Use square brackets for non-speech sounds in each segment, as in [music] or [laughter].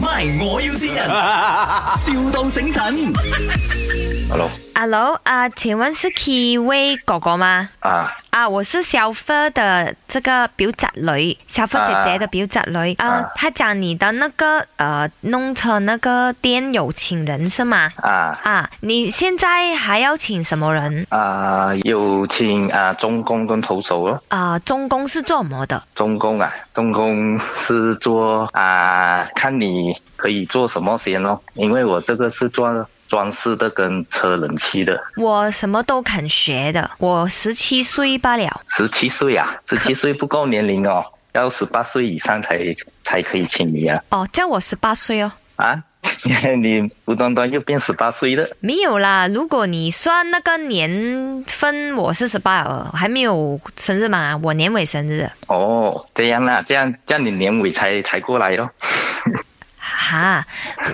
，My 我要先人，,笑到醒神。 Hello， h e 啊，请问是 Kiwi 哥哥吗？啊，啊，我是小飞的这个表侄女，小飞姐姐的表侄女。啊呃，她讲你的那个呃，弄成那个店有请人是吗？啊啊，你现在还要请什么人？啊，有请啊中公跟投手咯。啊，中公是做什么的？中公啊，中公是做啊，看你可以做什么先咯。因为我这个是做装饰的跟车冷气的。我什么都肯学的，我十七岁罢了。十七岁啊，十七岁不够年龄哦， [laughs] 要十八岁以上才才可以请你啊哦，叫我十八岁哦。啊！ [laughs] 你无端端又变十八岁了没有啦，如果你算那个年份，我是十八了，还没有生日嘛，我年尾生日。哦，这样啦、这样这样你年尾才才过来咯哈，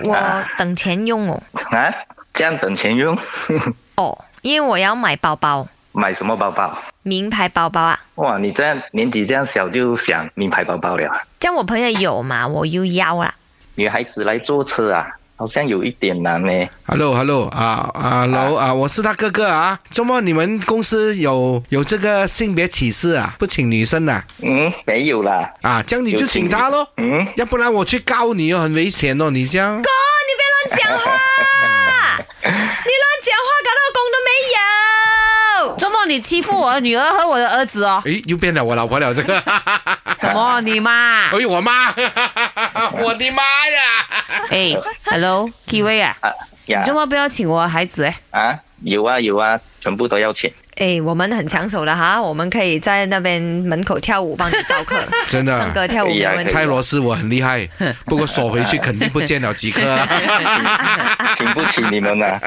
我啊等钱用哦。啊！这样等钱用， [laughs] 哦，因为我要买包包，买什么包包？名牌包包啊。哇，你这样年纪这样小就想名牌包包了，叫我朋友有嘛，我又要啦。女孩子来坐车啊，好像有一点难呢。 Hello Hello 啊啊楼啊，我是他哥哥啊。周末你们公司有有这个性别歧视啊？不请女生的啊嗯，没有啦。啊？这样你有就请他喽，嗯，要不然我去告你哦，很危险哦。你这样哥，你别乱讲 [laughs] 话，你乱讲话搞到工都没有。周末你欺负我的女儿和我的儿子哦？诶，又变了我老婆了这个，什么？你妈？ [laughs] 哎呦我妈，我的妈呀！哎，Hello，Kiwi 啊，啊呀你周末不要请我孩子 [laughs] 哎。啊，有啊有啊，全部都要请。哎，我们很抢手的哈，我们可以在那边门口跳舞，帮你招客，[laughs] 真唱的，歌跳舞没问题。猜螺丝我很厉害，不过锁回去肯定不见了几颗啊。请不起你们啊！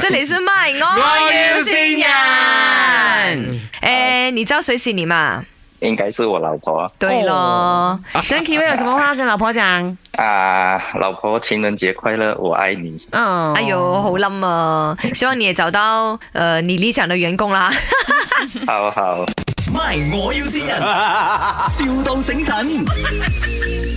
这里是卖我要新人。哎，你知道谁是你嘛？应该是我老婆对咯，跟 Kiwi 有什么话要跟老婆讲？啊，老婆，情人节快乐，我爱你。嗯，哎呦，好冧啊！希望你也找到呃你理想的员工啦。好好。 My 我要先人，,笑到醒神。